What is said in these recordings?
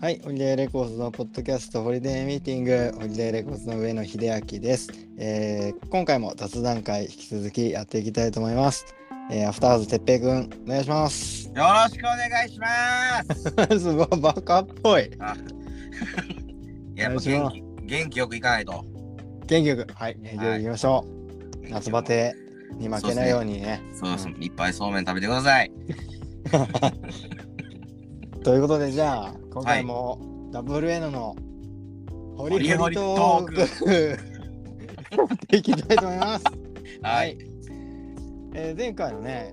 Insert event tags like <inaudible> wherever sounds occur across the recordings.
はい、ホリデーレコーズのポッドキャストホリデーミーティング、ホリデーレコーズの上野秀明です、えー今回も雑談会引き続きやっていきたいと思います。えーアフターハウズ哲平くん、お願いします。よろしくお願いします。 <laughs> すごい、バカっぽい。やっおぱ願元い気元気よくいかないと。元気よく、はい、元気よくいきましょう。夏バ。テに負けないようにね。そうそう、いっぱいそうめん食べてください。ということで、じゃあ、今回も WN のホリホホリリトトー <laughs> クやっていきたいと思います。ははいい。。えー前回のね、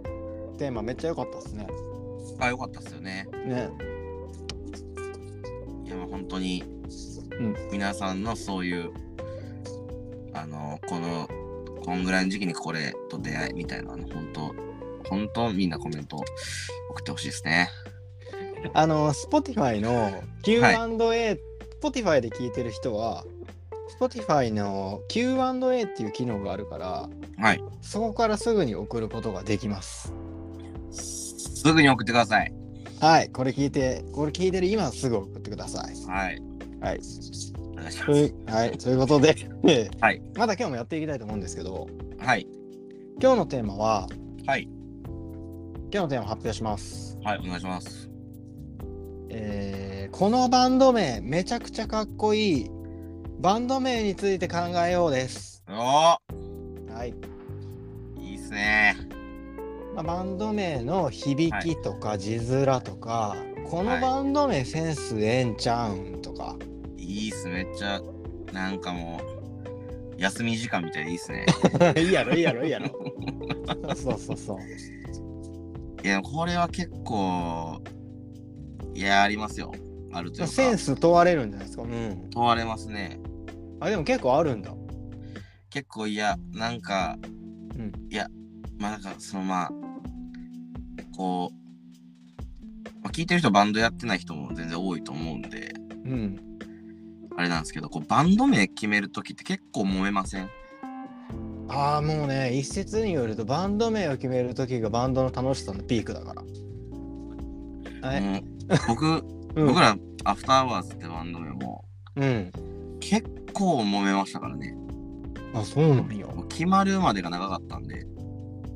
テーマめっちゃ良かったですね。あ、よかったっすよね。ね。いや、まあ本当に、ん皆さんのそういう、あの、この、こんぐらいの時期にこれと出会いみたいなの、本当本当みんなコメント送ってほしいですね。あの、Spotify の Q&A、Spotify で聞いてる人は、Spotify の Q&A っていう機能があるから、はい。そこからすぐに送ることができます。すぐに送ってください。はい、これ聞いて、これ聞いてる今すぐ送ってください。はい。はい。お願いしとます。いうはい、ということで、はい。まだ今日もやっていきたいと思うんですけど、はい。今日のテーマは、はい。今日のテーマ発表します。はい。お願いします。えーこのバンド名めちゃくちゃかっこいいバンド名について考えようです。おはいーいいっすね。まあ、バンド名の響きとか字面とか、このバンド名センスええんちゃうんとか、いいっす、めっちゃ、なんかもう、休み時間みたいでいい <laughs> っすね。 <laughs> い、いやろいいやろいいやろ <laughs> そうそうそういや、これは結構、いや、ありますよ。あるとまいあうセンか、ス問われるんじゃないですかうん問われますね。あでも結構あるんだ結構、いや、なんか、んいや、まあ、なんか、そのまあ、こう、まあ、聞いてる人、バンドやってない人も全然多いと思うんで、うんあれなんですけど、こうバンド名決めるときって結構揉めませんああもうね一説によるとバンド名を決める時がバンドの楽しさのピークだからはい、もう僕、うん、僕ら、アフターアワーズってバンド名も、うん結構揉めましたからね。あそうなんよもう決まるまでが長かったんで、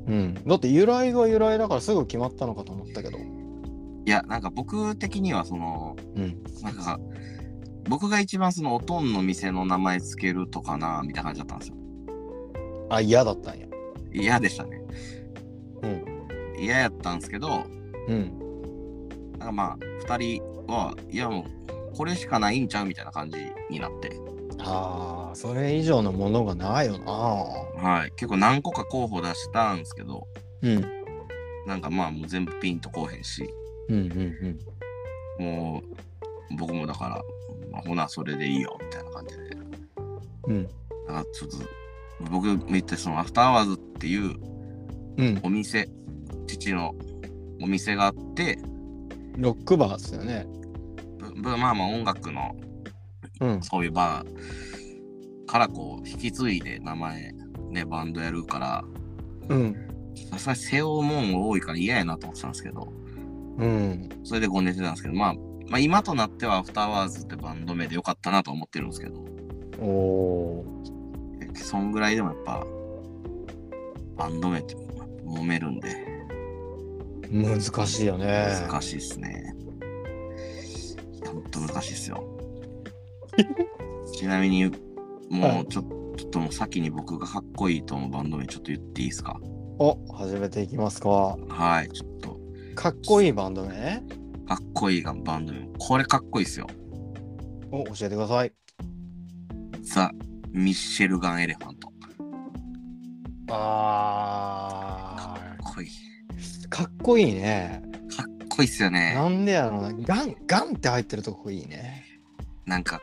うん、だって由来が由来だからすぐ決まったのかと思ったけど、いや、なんか僕的には、その、うん、なんか、僕が一番その、おとんの店の名前つけるとかな、みたいな感じだったんですよ。あ嫌だったんや嫌でしたね。うん嫌やったんですけど、うんなんかまあ、二人は、いやもう、これしかないんちゃうみたいな感じになって、あーそれ以上のものがないよなはい。結構何個か候補出したんですけど、うんなんかまあ、もう全部ピンとこうへんし、うんうんもう、僕もだから、まあほな、それでいいよ、みたいな感じで。うんうんなんかちょっと僕も言ってそのアフターアワーズっていううんお店父のお店があってロックバーっすよねぶぶまあまあ音楽のうんそういうバーからこう引き継いで名前ねバンドやるからうんさすがに背負うもん多いから嫌やなと思ってたんですけどうんそれで5年してたんですけどまあまあ今となってはアフターアワーズってバンド名でよかったなと思ってるんですけどおおそんぐらいでもやっぱバンド名って揉めるんでー難しいよね難しいっすね。いや、ほんと難しいっすよ。ちなみに、はもいうちょ,、ちょっともう先に僕がかっこいいと思うバンド名ちょっと言っていいですかお始めていきますかはい、ちょっと、かっこいいバンド名かっこいいがバンド名。これかっこいいっすよ。を教えてくださいザ・ミッシェルガン・エレファント。あかっこいい。ーかっこいいねかっこいいっすよね。なんでやろうなガンガンって入ってるとこいいねなんか、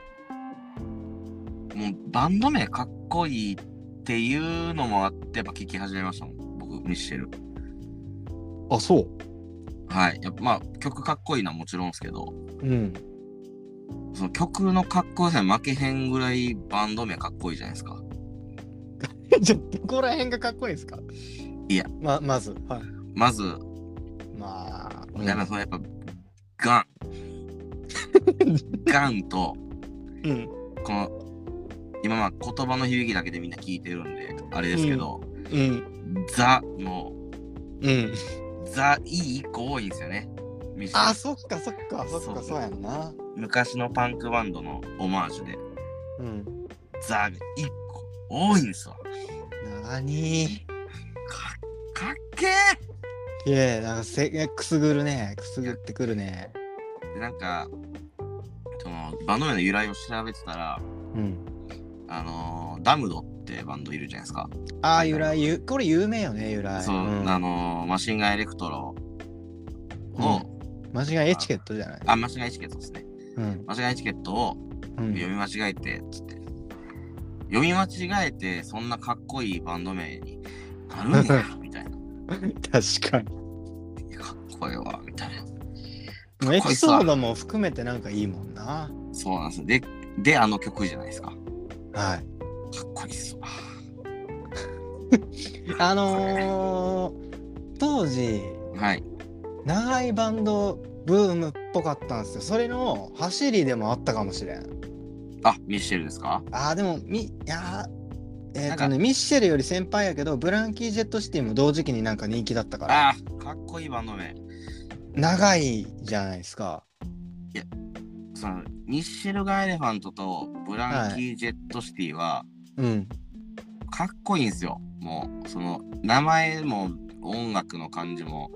もうバンド名かっこいいっていうのもあって、やっぱ聞き始めましたもん。僕、ミッシェル。あそうはい。やっぱまあ、曲かっこいいのはもちろんですけど、うん <laughs> その曲のかっこよさに負けへんぐらいバンド名かっこいいじゃないですか。じゃどこら辺がかっこいいですかいやままずはいまず、まあ、 <laughs> やっぱそのやっぱ、ガン。ガンと、うん。この、今まあ言葉の響きだけでみんな聞いてるんで、あれですけど、うん。ザの、うん。ザいい1個多いんですよね。ミシェルあ、そっかそっかそっそかうそうやんな。昔のパンクバンドのオマージュで、うん。ザが1個多いんですわ。なにかっけいや、なんかせくすぐるね。くすぐってくるね。ーで、なんか、その、バンド名の由来を調べてたら、うん。あのーダムドってバンドいるじゃないですか。ああ、由来、ゆこれ有名よね、由来。そう、んあのーマシンガンエレクトロを、間違いエチケットじゃない。あ、マシンガンエチケットですね。うん。マシンガンエチケットをうん読み間違えて、つって。読み間違えて、そんなかっこいいバンド名になるん <laughs> や、みたいな。確かに。いやかっこいいわ、みたいな。もうエピソードも含めてなんかいいもんな。そうなんですよ。で、で、あの曲じゃないですか。かっはい。こいいっすわ。 <laughs> あのー、当時、はい。長いバンドブームっぽかったんですよ。それの走りでもあったかもしれん。あ、ミッシェルですかああ、でも、み、いやー、えっ、なとんね、かミッシェルより先輩やけど、ブランキー・ジェット・シティも同時期になんか人気だったから、あーかっこいいバンド名。長いじゃないですか。その、ミッシェルガンエレファントとブランキー・ジェット・シティは、うん。かっこいいんですよ。もう、その、名前も音楽の感じも、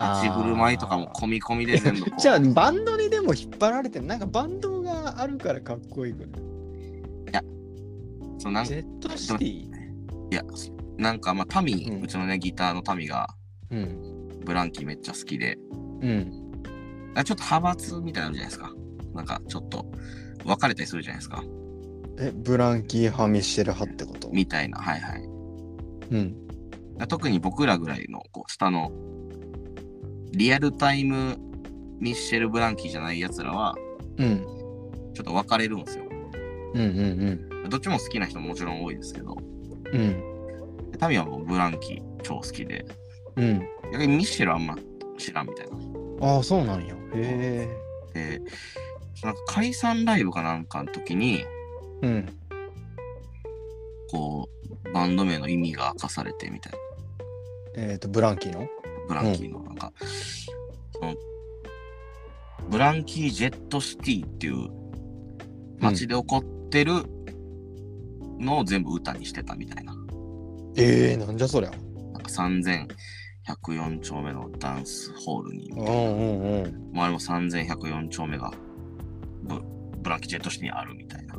立ち振る舞いとかも込み込みで全部こ <laughs> う。じゃあ、バンドにでも引っ張られてる。なんかバンドがあるからかっこいいくないそうなんジいェット・シティや、なんかまあ、タミ、ううんちのね、ギターのタミが、うん。ブランキーめっちゃ好きで、うん。あちょっと派閥みたいなのあるじゃないですか。なんか、ちょっと、分かれたりするじゃないですか。え、ブランキー派、ミッシェル派ってことみたいな、はいはい。うん。特に僕らぐらいのこう下のリアルタイムミッシェル・ブランキーじゃないやつらはうん。ちょっと分かれるんですよ。うんうんどっちも好きな人ももちろん多いですけど、うん。うん。タミはもうブランキー超好きで、うん。逆にミッシェルあんま知らんみたいな。ああ、そうなんや。へで、なんか解散ライブかなんかの時に、え。うん。こう、バンド名の意味が明かされてみたいな。えっ、と、ブランキーのブランキーのなんか、そのブランキー・ジェット・シティっていう街で起こってるのを全部歌にしてたみたいな。ええなんじゃそりゃ。なんか3104丁目のダンスホールに、うんもううんうん。あれも3104丁目がブブランキー・ジェット・シティにあるみたいな。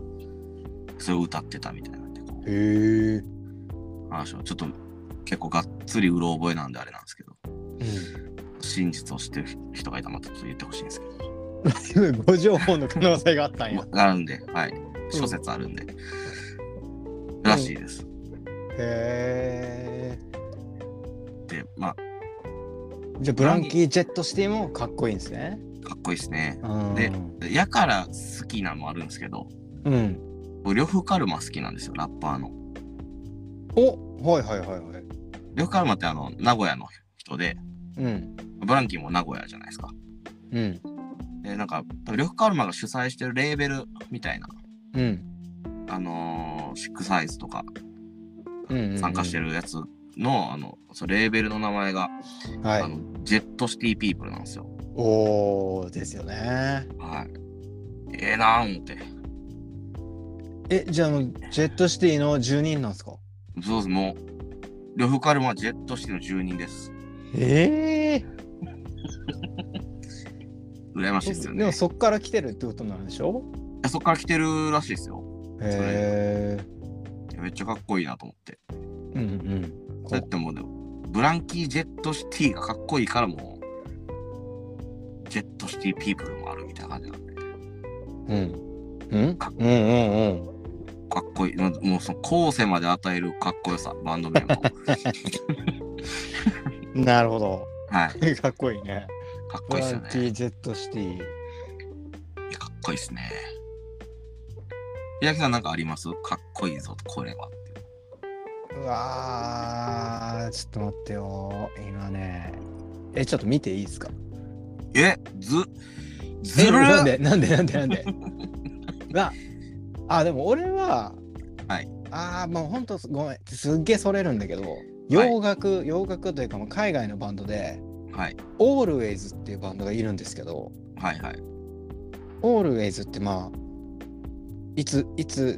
それを歌ってたみたいなんで、こうへえ。話をちょっと結構がっつりうろ覚えなんであれなんですけど、真実を知ってる人がいたらまたちょっと言ってほしいんですけど。うん。 <laughs> ご情報の可能性があった <laughs> んや。あるんで、はい。諸説あるんで。らしいです。へえ。で、まあ、じゃあ、ブランキー・ジェット・シティもかっこいいんですね。かっこいいですね。うんででやから好きなのもあるんですけど、うん。僕呂布カルマ好きなんですよ、ラッパーの。おはいはいはいはい。呂布カルマってあの、名古屋の人で、うん。ブランキーも名古屋じゃないですか。うん。で、なんか、多分呂布カルマが主催してるレーベルみたいな、うん。あのーシックサイズとかうんうんうん参加してるやつの、あの、そうレーベルの名前が、はあい。のジェットシティピープルなんですよ。おー、ですよね。はい。ええなー思って。え、じゃあもう、ジェットシティの住人なんですかそうです、もう、呂布カルマジェットシティの住人です。ええ羨ましいですよでねも。そっから来てるってことなんでしょあそっから来てるらしいですよ。へえ。いやめっちゃかっこいいなと思って。うんうん。だってもうでも、ブランキー・ジェットシティがかっこいいからもう、ジェットシティ・ピープルもあるみたいな感じなんで、うん。うんかうんうんうん。かっこいい。なんもうその後世まで与えるかっこよさ、バンド名も。 <laughs> なるほど。 <laughs> はい。かっこいいね。かっこブいいでラすンよキー・ね。ジェット・シティ。いやかっこいいですね。平木さんなんかありますかっこいいぞ、これはって。うわー、ちょっと待ってよ。今ね。え、ちょっと見ていいですかえずえずるなんでーなんでなんでなんで <laughs> なあでも俺は、はい、ああもうほんとごめんすっげえそれるんだけど洋楽、洋楽というかもう海外のバンドではい。 Always っていうバンドがいるんですけどはいはい。 Always ってまあいついつ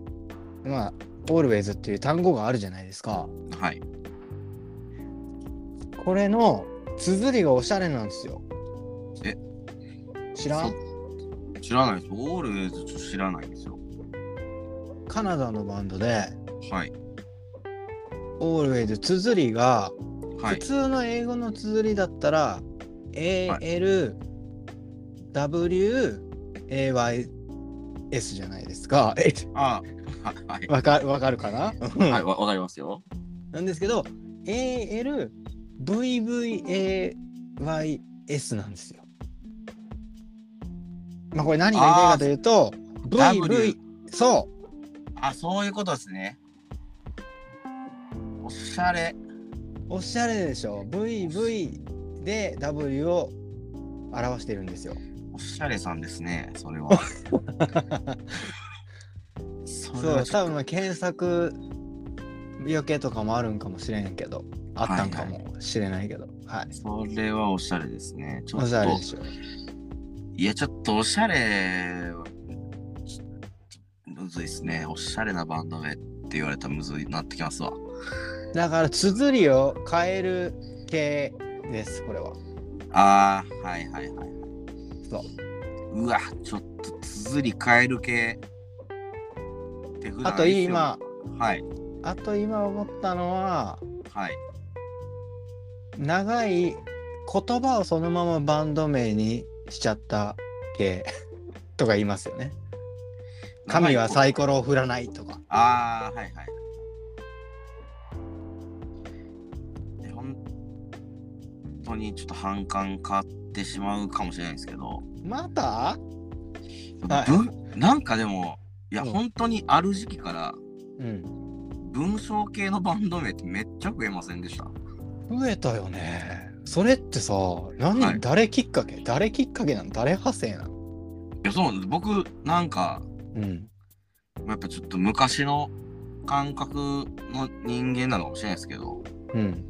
まあ Always っていう単語があるじゃないですかはい。これの綴りがおしゃれなんですよえ知らんそ知らないです。オールウェイズ知らないんですよ。カナダのバンドではい。 Always 綴りがは普い。通の英語の綴りだったら、ALWAYS じゃないですか。えあーはい。わかわかるかな、はい。わわかりますよ。なんですけど ALVVAYS なんですよ。まあこれ何が言いたいかというと W VV そあ、そういうことですね。おしゃれ。うおしゃれでしょ VV で W を表してるんですよ。おしゃれさんですね。それは。それ <laughs> そはう多分まあ検索余計とかもあるんかもしれんけどあったんかもしれないけどはい、それはおしゃれですね。ちょおっしゃれとで。しょいや、ちょっとおしゃれは。ちょっとむずいですね。おしゃれなバンド名って言われたらむずいなってきますわ。だから綴りを変える系ですこれはああ、はいはいはい。そううわ、ちょっと綴り変える系。手札あとですよ。今はい、あと今思ったのははい。長い言葉をそのままバンド名にしちゃった系 <laughs> とか言いますよね神はサイコロを振らないとかああ、はいはい。で本当にちょっと反感買ってしまうかもしれないですけど、またはぶんなんかでも、いや、うん本当にある時期からうん文章系のバンド名ってめっちゃ増えませんでした。増えたよねそれってさ何、はい誰きっかけ誰きっかけなの誰派生なのいや、そうなんです。僕、なんか、うんやっぱちょっと昔の感覚の人間なのかもしれないですけど、うん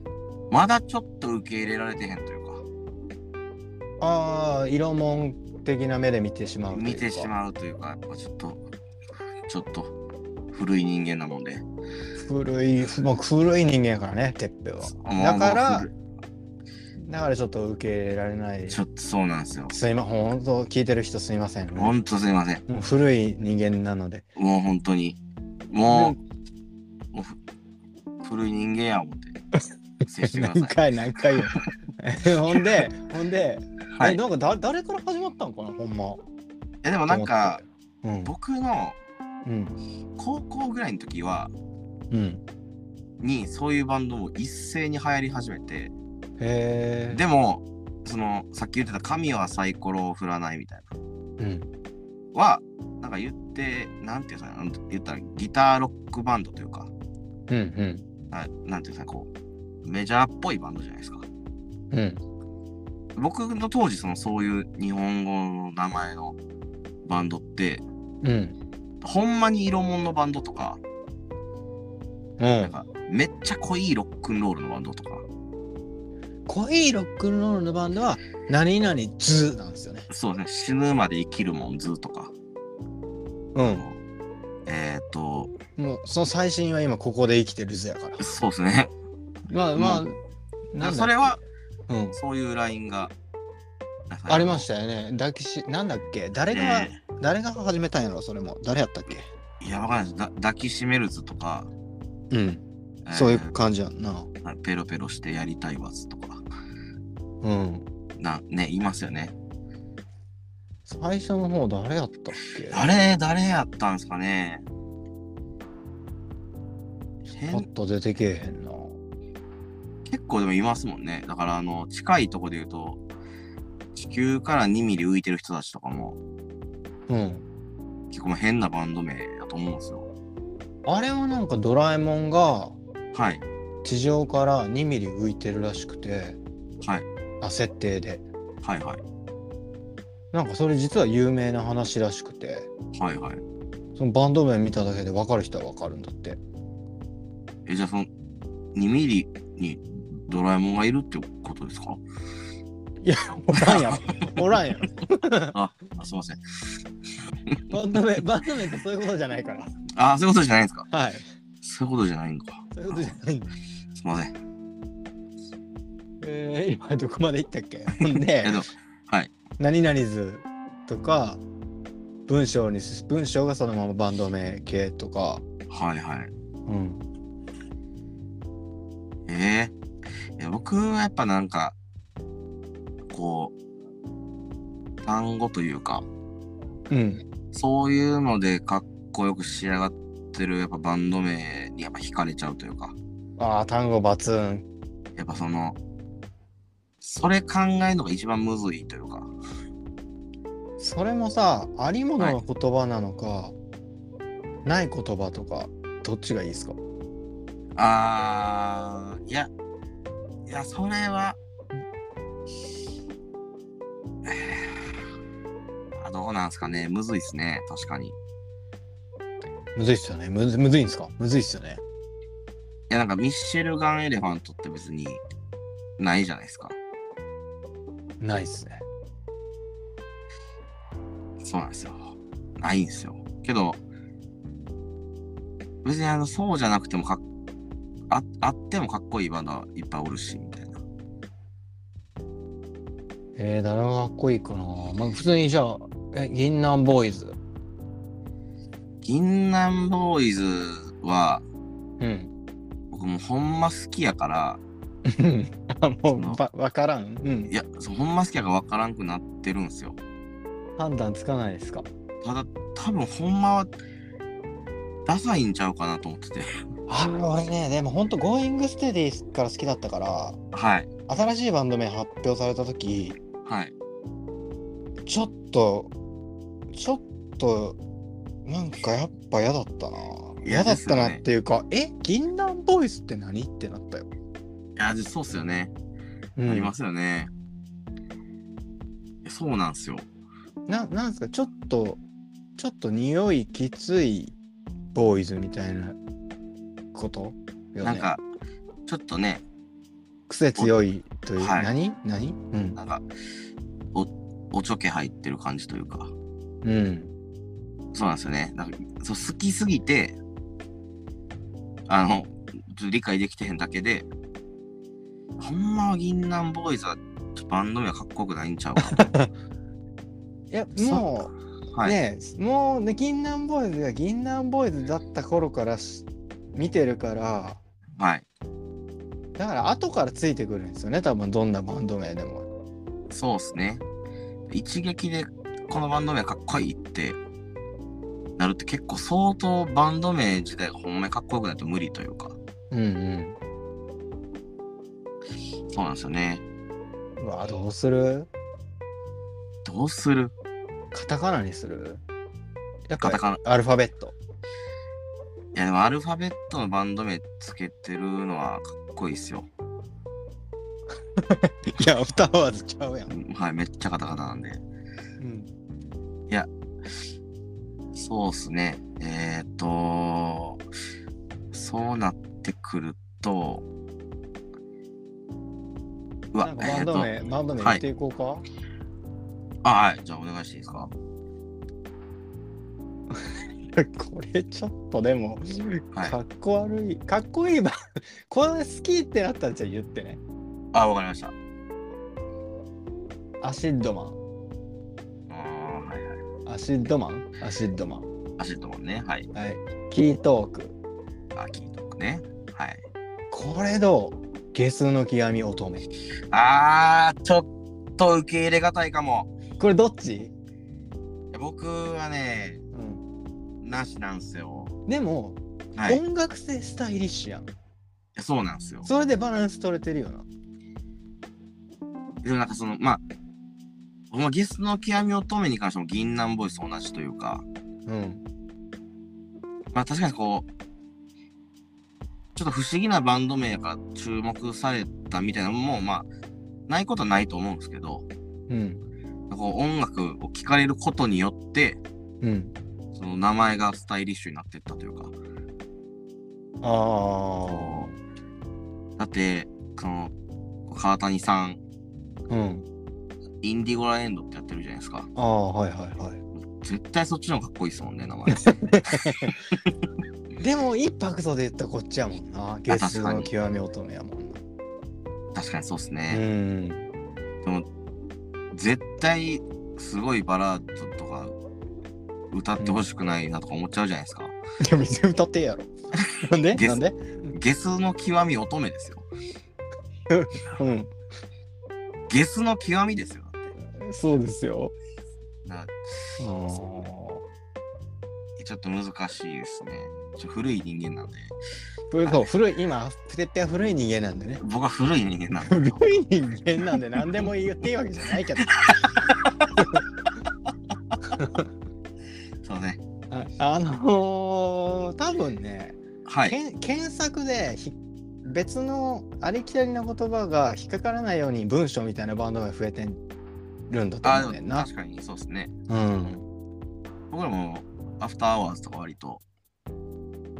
まだちょっと受け入れられてへんというか、ああ色もん的な目で見てしまうというか見てしまうというか、やっぱちょっと、ちょっと古い人間なもんで。古いもう古い人間やからねてっぺはもうだかもうら古だからちょっと受け入れられないいちょっとそうなんですよ。すいません本当聞いてる人すいませんほもんとすいません。う古い人間なのでもう本当に。もう、もうふ古い人間や思って、接してくだ何さい。回何回よ <laughs> ほんでほんで、はえい。なんかだ誰から始まったんかなほんまえでもなんか、うん僕のうん高校ぐらいの時は、うんにそういうバンドも一斉に流行り始めて、へえでもそのさっき言ってた「神はサイコロを振らない」みたいなうんはなんか言ってなんていうんですかねなんて言ったらギターロックバンドというかうんななんていうんですかねこうメジャーっぽいバンドじゃないですかうんうん僕の当時そのそういう日本語の名前のバンドってうんほんまに色物のバンドとかうなんんかめっちゃ濃いロックンロールのバンドとか濃いロックンロールのバンドは何々ズなんですよねそうですね死ぬまで生きるもんずとかうんえっ、ー、ともうその最新は今ここで生きてるぜやからそうですねまあまあ、なんだっけそれは、うん、そういうラインがありましたよね。だきし、なんだっけ、誰が、ね誰が始めたんやろ、それも、誰やったっけ。いや、わかんないです。だ抱きしめるずとか、うん、えーそういう感じやんな。ペロペロしてやりたいわずとか、うん。な、ね、いますよね。最初の方誰やったっけ。誰、誰やったんですかね。パ変ッと出てけえへんな。結構でもいますもんね。だから、あの、近いとこで言うと、地球から2ミリ浮いてる人たちとかも、うん。結構変なバンド名だと思うんですよ。あれはなんかドラえもんがはい。地上から2ミリ浮いてるらしくて、はい。あ、設定で。はいはい。なんかそれ実は有名な話らしくてはいはい。そのバンド名見ただけで分かる人は分かるんだってえ、じゃあその、2ミリにドラえもんがいるってことですかおらんやろ <laughs> おらんやろあ、すいません。バンド名バンド名ってそういうことじゃないからあ、そういうことじゃないんですかはいそういうことじゃないんか。そういうことじゃないんだすいません。いえー、今どこまで行ったっけほん <laughs> でやでも、何々図とか文章にす文章がそのままバンド名系とか、はいはい。うん、ええいや僕はやっぱなんか、こう、単語というか、うん、そういうのでかっこよく仕上がってるやっぱバンド名にやっぱ惹かれちゃうというか、ああ単語バツンやっぱその、それ考えるのが一番むずいというか、それもさありものの言葉なのか、ない言葉とかどっちがいいですかあー、いや、いや、それは、 <sighs> えーあどうなんすかね、むずいっすね、確かに。いむずいっすよねむずむずいんですかむずいっすよねや、なんかミッシェルガン・エレファントって別にないじゃないですか。ないっすねそうなんですよ。ないんですよ。けど、別にあの、そうじゃなくてもかっあ、あってもかっこいいバンドはいっぱいおるし、みたいな。えー、誰がかっこいいかなまあ普通にじゃあえ銀杏ボーイズ銀杏ボーイズは、うん僕もうほんま好きやから、 <laughs> あもうば分からん、うんい、や、そうほんま好きやからわからんくなってるんですよ。判断つかないですかただ、多分ほんまは、ダサいんちゃうかなと思ってて。 <laughs> あ俺ねでもほんと「Going Steady」から好きだったからはい。新しいバンド名発表された時はい。ちょっとちょっとなんかやっぱ嫌だったな嫌嫌だでっすたよねなっていうか「え銀杏ボーイスって何?」ってなったよ、いや、でそうっすよね。うありますすよね。いやそうなんですよ。ななんですかちょっとちょっと匂いきついボーイズみたいなことよ、ね、なんか、ちょっとね、癖強いという、はい何何うんなんか、お、おちょけ入ってる感じというか、うんそうなんですよね。なんかそう好きすぎて、あの、ちょっと理解できてへんだけで、ほんまは銀杏ボーイズは、ちょっとバンド名はかっこよくないんちゃう <laughs> か。いやもうはい。ねえもうね銀杏ボーイズが銀杏ボーイズだった頃からし見てるからはい。だから後からついてくるんですよね多分どんなバンド名でもそうっすね。一撃で、このバンド名かっこいいって、なるって結構相当バンド名自体がほんまにかっこよくないと無理というか、うんうんそうなんですよね。うわどうするどうするカタカナにするやっカタぱカナ。アルファベットいやでもアルファベットのバンド名つけてるのはかっこいいっすよ。 <laughs> いやフタワーズちゃうやん、うんはい、めっちゃカタカタなんで。うん、そうっすね。えー、っと、そうなってくると、うなわん、かバンえー、っド名、と、バンド名言っていこうか、 <laughs> あ、はい、じゃあお願いしていいですか。これちょっとでもはいかっこ悪いかっこいいバン <laughs> これ好きってなったらじゃあ言ってねあ、わかりました。アシッドマンあーはいはい。アシッドマンアシッドマンアシットもね、はい。はい、キートーク。あ、キートくね。はい。これどうゲスの極み乙女。あー、ちょっと受け入れがたいかも。これどっち、いや僕はね、うなしなんすよ。ん、でも、はい。い音楽性スタイリッシュやん。やそうなんすよ。それでバランス取れてるよな。でもなんかその、まあ、このゲスの極み乙女に関しても銀杏ボイスと同じというか、うん。まあ確かにこう、ちょっと不思議なバンド名が注目されたみたいなのも、まあ、ないことはないと思うんですけど、うん。こう音楽を聴かれることによって、うん。その名前がスタイリッシュになってったというか、あだって、その、川谷さん、あ。うん。インディゴラエンドってやってるじゃないですか。ああ、はいはいは絶対そっちの方がかっこいいですもんね、名前。い。でも、インパクトで言ったらこっちやもんな。ゲス確かのに極み乙女やもんな。確かにそうっすうね。ん。絶対、すごいバラードとか、歌ってほしくないなとか思っちゃうじゃないですか。いや、別に歌ってえやろ。なんでゲスなんでゲスの極み乙女ですよ。うん。ゲスの極みですよ。だってそうですよ。だかあらちょっと難しいですね。ちょ古い人間なんで。あ。そう、古い、今、テッペは古い人間なんでね。僕は古い人間 <laughs> なんで。古い人間なんで何でも言っていいわけじゃないけど。そうね。ああのー、多分ね、はい。けん検索でひ別のありきたりな言葉が引っかからないように文章みたいなバンドが増えてるんだとあ思うねんな。確かにそうですね。うん。僕らも、アフターアワーズとか割と、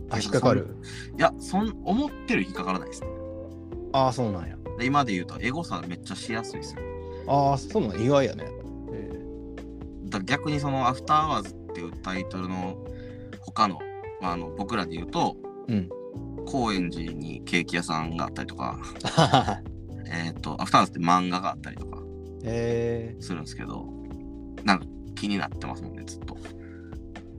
あ、引っかかる。いや、そん、思ってる引っかからないですね。ああ、そうなんや。で今で言うと、エゴサめっちゃしやすいですよ。ああ、そうなん意外やね。だから逆にその、アフターアワーズっていうタイトルの、他の、まあ、あの、僕らで言うと、 <laughs> うん。高円寺にケーキ屋さんがあったりとか、へえっ、と、アフターアワーズって漫画があったりとかえするんですけど、なんか気になってますもんね、ずっと。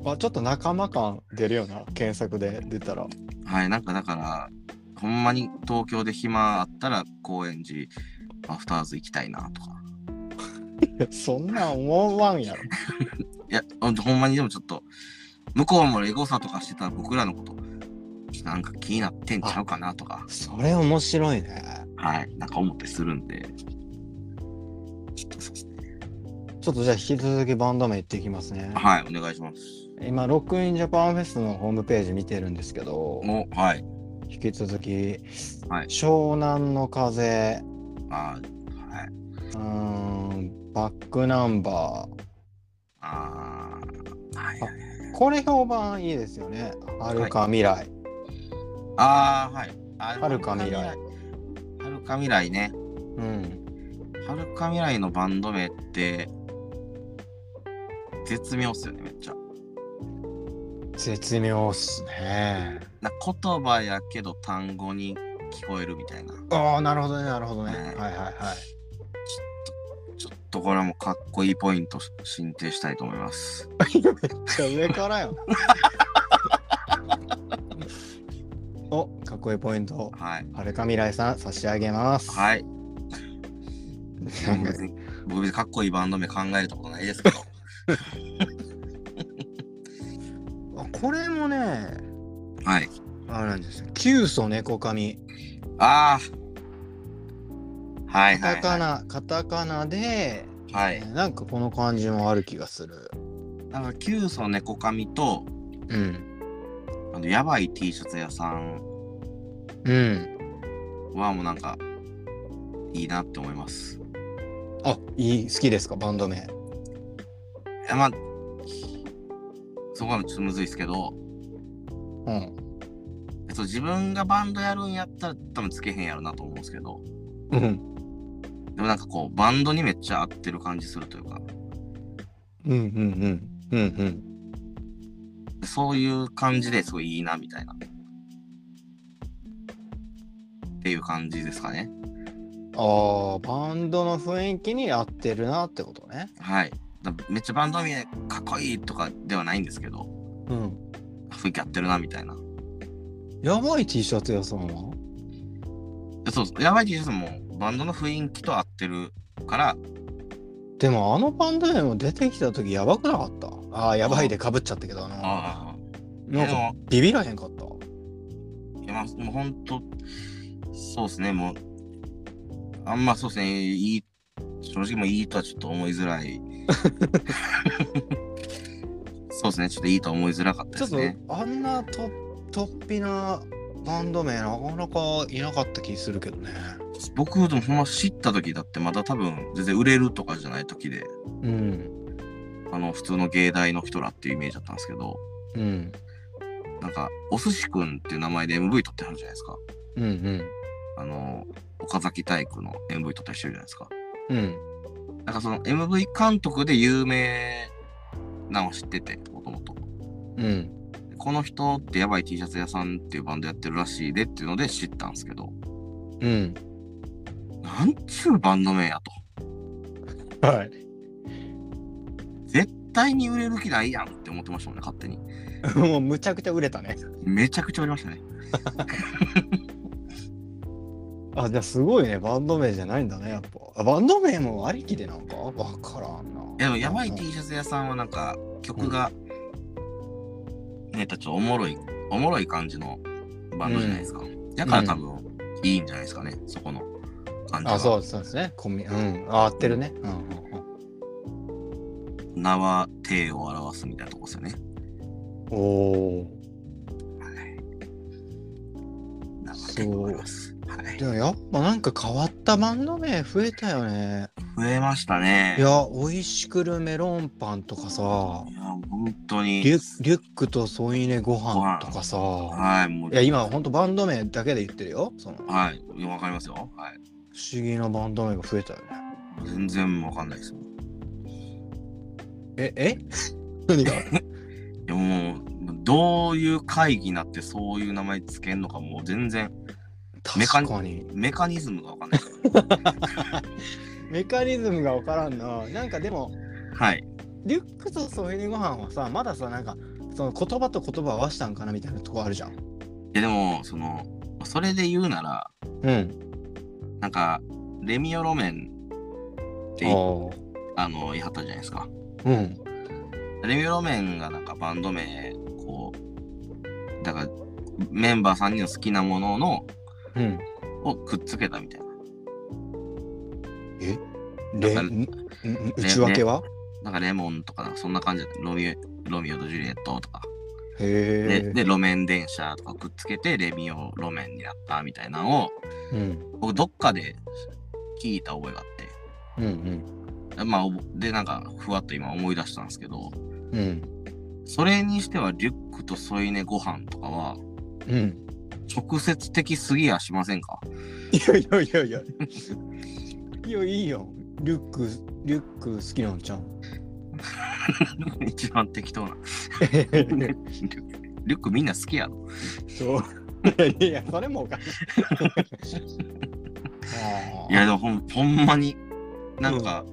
ー。あ、ちょっと仲間感出るよな、検索で出たら。はい、なんかだから、ほんまに東京で暇あったら高円寺アフターズ行きたいなとか。いやそんなん思わんやろ。いや、ほんとほんまにでもちょっと、向こうもエゴサとかしてた僕らのこと、なんか気になってんちゃうかなとか、それ面白いね。はい、なんか思ってするんで。ちょっとそうですね。ちょっとじゃあ引き続きバンド名言っていきますね。はい、お願いします。今、ロックインジャパンフェスのホームページ見てるんですけど、お、はい。引き続き、はい湘南の風、あーはい。うーん、バックナンバあーはい。ー。これ評判いいですよね。はるか未来。あーはい。あ遥か未来。はるか未来ね。うん。はるか未来のバンド名って、絶妙っすよね、めっちゃ。絶妙っすね。な言葉やけど単語に聞こえるみたいな。ああ、なるほどね、なるほどね。はいはいはいはい。ちょっとこれはもうかっこいいポイント申請したいと思います。じゃあ上から <laughs> よ。お、かっこいいポイント。はい。はるか未来さん、差し上げます。はい。なん僕か <laughs> 別に僕別にかっこいいバンド名考えたことないですけど。あこれもね、はい。あれなんですよ。急須猫髪。ああ。はいカはい、タカはナ、カタカナで、い。はい。なんかこの感じもある気がする。なんか、キュウソネコカミと、うん。あの、やばい T シャツ屋さんうん。はもうなんか、いいなって思います。あ、いい、好きですか、バンド名。いやまあ、そこはちょっとむずいですけど、うん。えっと、自分がバンドやるんやったら多分つけへんやろなと思うんですけど、うん。でもなんかこう、バンドにめっちゃ合ってる感じするというか、うんうんうん。うんうん。そういう感じですごいいいなみたいな。っていう感じですかね。ああ、バンドの雰囲気に合ってるなってことね。はい。だめっちゃバンド名かっこいいとかではないんですけど、うん。雰囲気合ってるなみたいな。やばい T シャツ屋さんはでそうそう。やばい T シャツもバンドの雰囲気と合ってるから、でもあのバンド名も出てきた時やばくなかった。ああ、やばいでかぶっちゃったけどな。ああ。なんでかもビビらへんかった。いや、まあ、もうほんと、そうですね、もう、あんまそうですね、いい、正直もういいとはちょっと思いづら <laughs> い。そうですね、ちょっといいとは思いづらかっちたでょっすとね。あんなと突飛なバンド名なかなかいなかった気するけどね。そう僕でもほんま知った時だってまだ多分全然売れるとかじゃない時で、うん。あの普通の芸大の人らっていうイメージだったんですけど、うん。なんか、お寿司くんっていう名前で MV 撮ってはるじゃないですか。うん。うん。あの、岡崎体育の MV 撮ったりしてるじゃないですか。うん。なんかその MV 監督で有名なのを知ってて、もともと。うん。この人ってやばい T シャツ屋さんっていうバンドやってるらしいでっていうので知ったんですけど、うん。なんちゅうバンド名やと。はい。絶対に売れる気ないやんって思ってましたもんね、勝手に。もうむちゃくちゃ売れたね。めちゃくちゃ売れましたね。あ、じゃあすごいね。バンド名じゃないんだね、やっぱ。あバンド名もありきでなんかわからんな。でもやばい T シャツ屋さんはなんか曲が、ね、たちおもろい、おもろい感じのバンドじゃないですか。だから多分いいんじゃないですかね、そこの感じあ、は。そうそうですね。コミうん。あ、合ってるね。うんうんうん。名は体を表すみたいなとこですよね。おお。名は体を表す。はい。でもやっぱなんか変わったバンド名増えたよね。増えましたね。いや、美味しくるメロンパンとかさ、いや本当に。リュリュックと添い寝ご飯とかさ。はい、もう。いや、今ほんとバンド名だけで言ってるよ。その不はい、いやわかりますよ。はい。思議なバンド名が増えたよね。全然わかんないですもん。いえ、え <laughs> 何がや、もう、どういう会議になってそういう名前つけんのか、もう全然メ確カニかに。メカニズムがわかんないです。 <laughs> メカニズムがわからんな。なんかでも、はい。リュックと添い寝ご飯はさ、まださ、なんか、その言葉と言葉合わしたんかなみたいなとこあるじゃん。いや、でも、その、それで言うなら、うん。なんか、レミオロメンっていああの、言い張ったじゃないですか。あ。うん。レミオロメンがなんかバンド名、こう、だから、メンバー3人の好きなもののうん。をくっつけたみたいな。レだからんん内訳は、なんかレモンとか、そんな感じだった。ロミオロミオとジュリエットとか。で、へえ。で、路面電車とかくっつけて、レミオ路面になったみたいなのを、うん。僕どっかで聞いた覚えがあってうん。まあ、おぼで、なんか、ふわっと今思い出したんですけど、うん。うん。それにしては、リュックと添い寝ご飯とかは、うん。直接的すぎやしませんか <laughs> いやいやいやいや。いや、いいよ。リュック、リュック好きなんちゃうん。一番適当な。 <laughs> リュそリュックみんな好きやろ。う。いやいや、それもおかしい。あーいや、でもほんほんまに、なんか、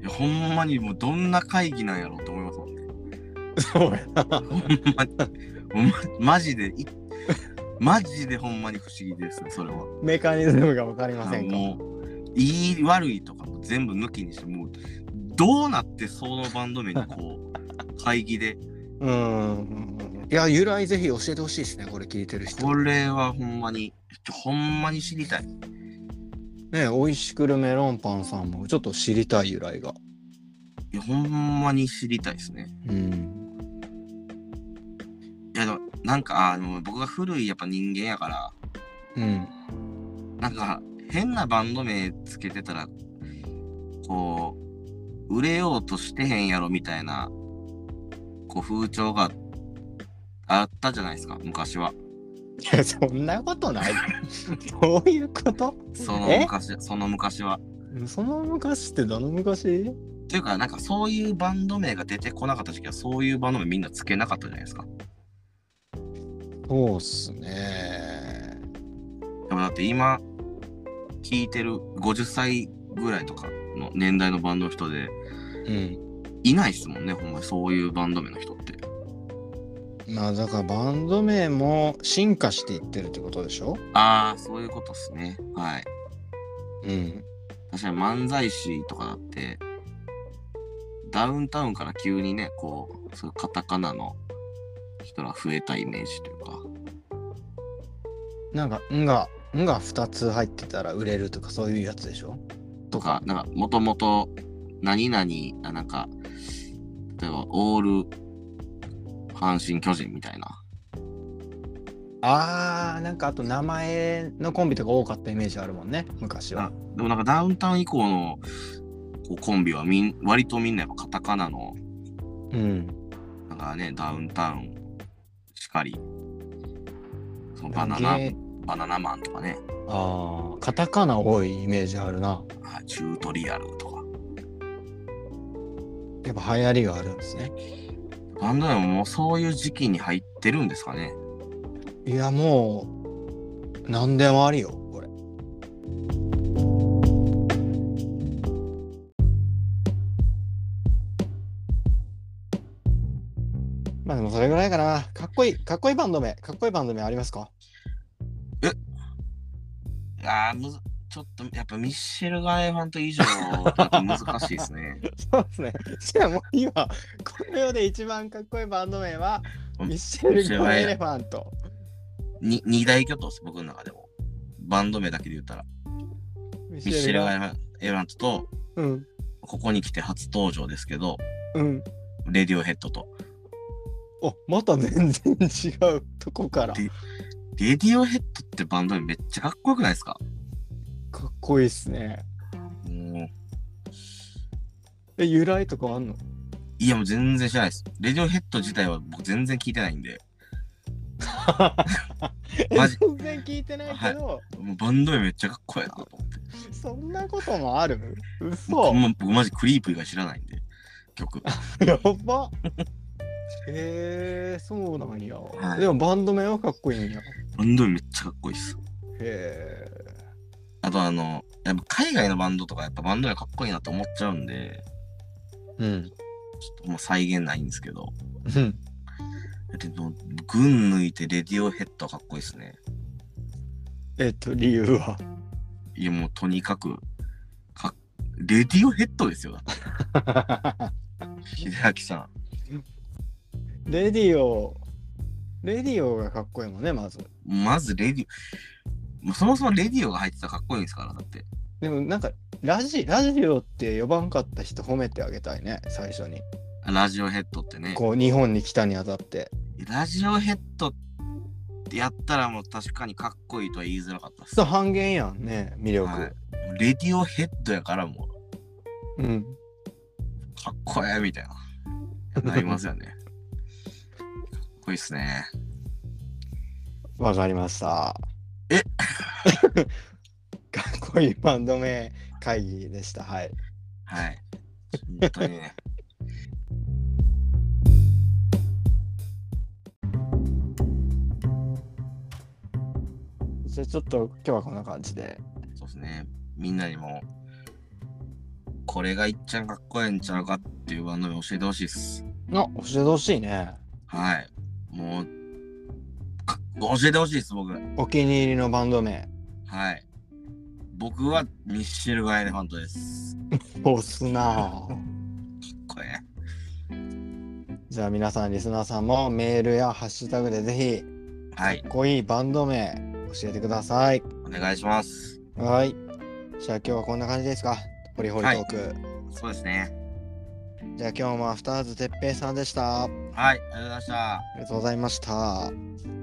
いやほんまにもうどんな会議なんやろうと思いますもんね。そうやな。ほんまに、ほんまマジでい、マジでほんまに不思議ですね、それは。メカニズムがわかりませんか。もう、いい悪いとかも全部抜きにして、もう、どうなってそのバンド名にこう、会議で、うんうん。いや、由来ぜひ教えてほしいですね、これ聞いてる人。これはほんまに、ちょほんまに知りたい。ね、おいしくるメロンパンさんもちょっと知りたい由来が。いや、ほんまに知りたいですね。うん。いやでもなんかあの僕が古いやっぱ人間やからうん。なんか変なバンド名つけてたらこう売れようとしてへんやろみたいなこう風潮があったじゃないですか昔はいや、そんなことない。 <laughs> どういうことそのえ昔その昔はその昔ってどの昔っていうかなんかそういうバンド名が出てこなかった時はそういうバンド名みんなつけなかったじゃないですかそうっすね。でもだって今聞いてる50歳ぐらいとかの年代のバンドの人でうん。いないっすもんねほんまにそういうバンド名の人ってまあだからバンド名も進化していってるってことでしょああ、そういうことっすね。はい。うん。確かに漫才師とかだって、ダウンタウンから急にね、こう、そういうカタカナの人が増えたイメージというか。なんか、んが、んが2つ入ってたら売れるとかそういうやつでしょとか、なんか、もともと、何々、あなんか、例えば、オール、阪神巨人みたいな。あーなんかあと名前のコンビとか多かったイメージあるもんね昔はあでもなんかダウンタウン以降のこうコンビはみん割とみんなやっぱカタカナのうんなんかねダウンタウンしかりそのバナナゲーバナナマンとかね、あーカタカナ多いイメージあるなはいチュートリアルとかやっぱ流行りがあるんですねバンドでももうそういう時期に入ってるんですかねいやもう何でもありよこれまあでもそれぐらいかなかっこいいかっこいいバンド名かっこいいバンド名ありますかあーむずちょっとやっぱミッシェル・ガエファント以上だと難しいですね <laughs> そうですねじゃあもう今この世で一番かっこいいバンド名はうんミッシェル・ゴエレファントに二大巨頭です僕の中でもバンド名だけで言ったらミミッシェル・ガエエファンエファントとうんここに来て初登場ですけどうんレディオヘッドとおまた全然違うとこからかでレディオヘッドってバンド名めっちゃかっこよくないですかっこいいっすねもうえ由来とかあんのいやもう全然知らないです。レディオヘッド自体は僕全然聞いてないんで、マジ全然聞いてないけど、もうバンド名めっちゃかっこいいなと思って。そんなこともある嘘僕もう僕マジクリープ以外知らないんで、曲。や <laughs> ばへえそうなんや、はいでもバンド名はかっこいいんやへバンド名めっちゃかっこいいっす。えあとあの、やっぱ海外のバンドとかやっぱバンド名かっこいいなと思っちゃうんで、うんちょっともう再現ないんですけど、うんだってもう群抜いてレディオヘッドはかっこいいっすね。 <laughs> えっと理由はい <laughs> やもうとにかく、かっレディオヘッドですよ。だって秀明さん。レディオレディオがかっこいいもんねまずまずレディオ、もうそもそもレディオが入ってたらかっこいいんですから、だって。でもなんかラジラジオって呼ばんかった人褒めてあげたいね最初にラジオヘッドってね。こう日本に来たにあたってラジオヘッドってやったらもう確かにかっこいいとは言いづらかったっす。そう半減やんね魅力、はいレディオヘッドやからもううんかっこええみたいな。なりますよね。かっこいいっすね。わかりました。え <laughs> かっこいいバンド名会議でした。はい。はい。本当にね。じゃあちょっと今日はこんな感じで。そうですね。みんなにも、これがいっちゃんかっこええんちゃうかっていうバンド名教えてほしいっす。あ、教えてほしいね。はい。もう、か教えてほしいっす、僕。お気に入りのバンド名。はい。僕はミッシェル・ガイレファントです。押すなぁ。これ。じゃあ皆さん、リスナーさんもメールやハッシュタグでぜはひ、いか。っこいいバンド名教えてください。お願いします。はい。じゃあ今日はこんな感じですか。ホリホリトーク。そうですね。じゃあ今日もアフターズてっぺいさんでした。あはい。ありがとうございました。りがとうございました。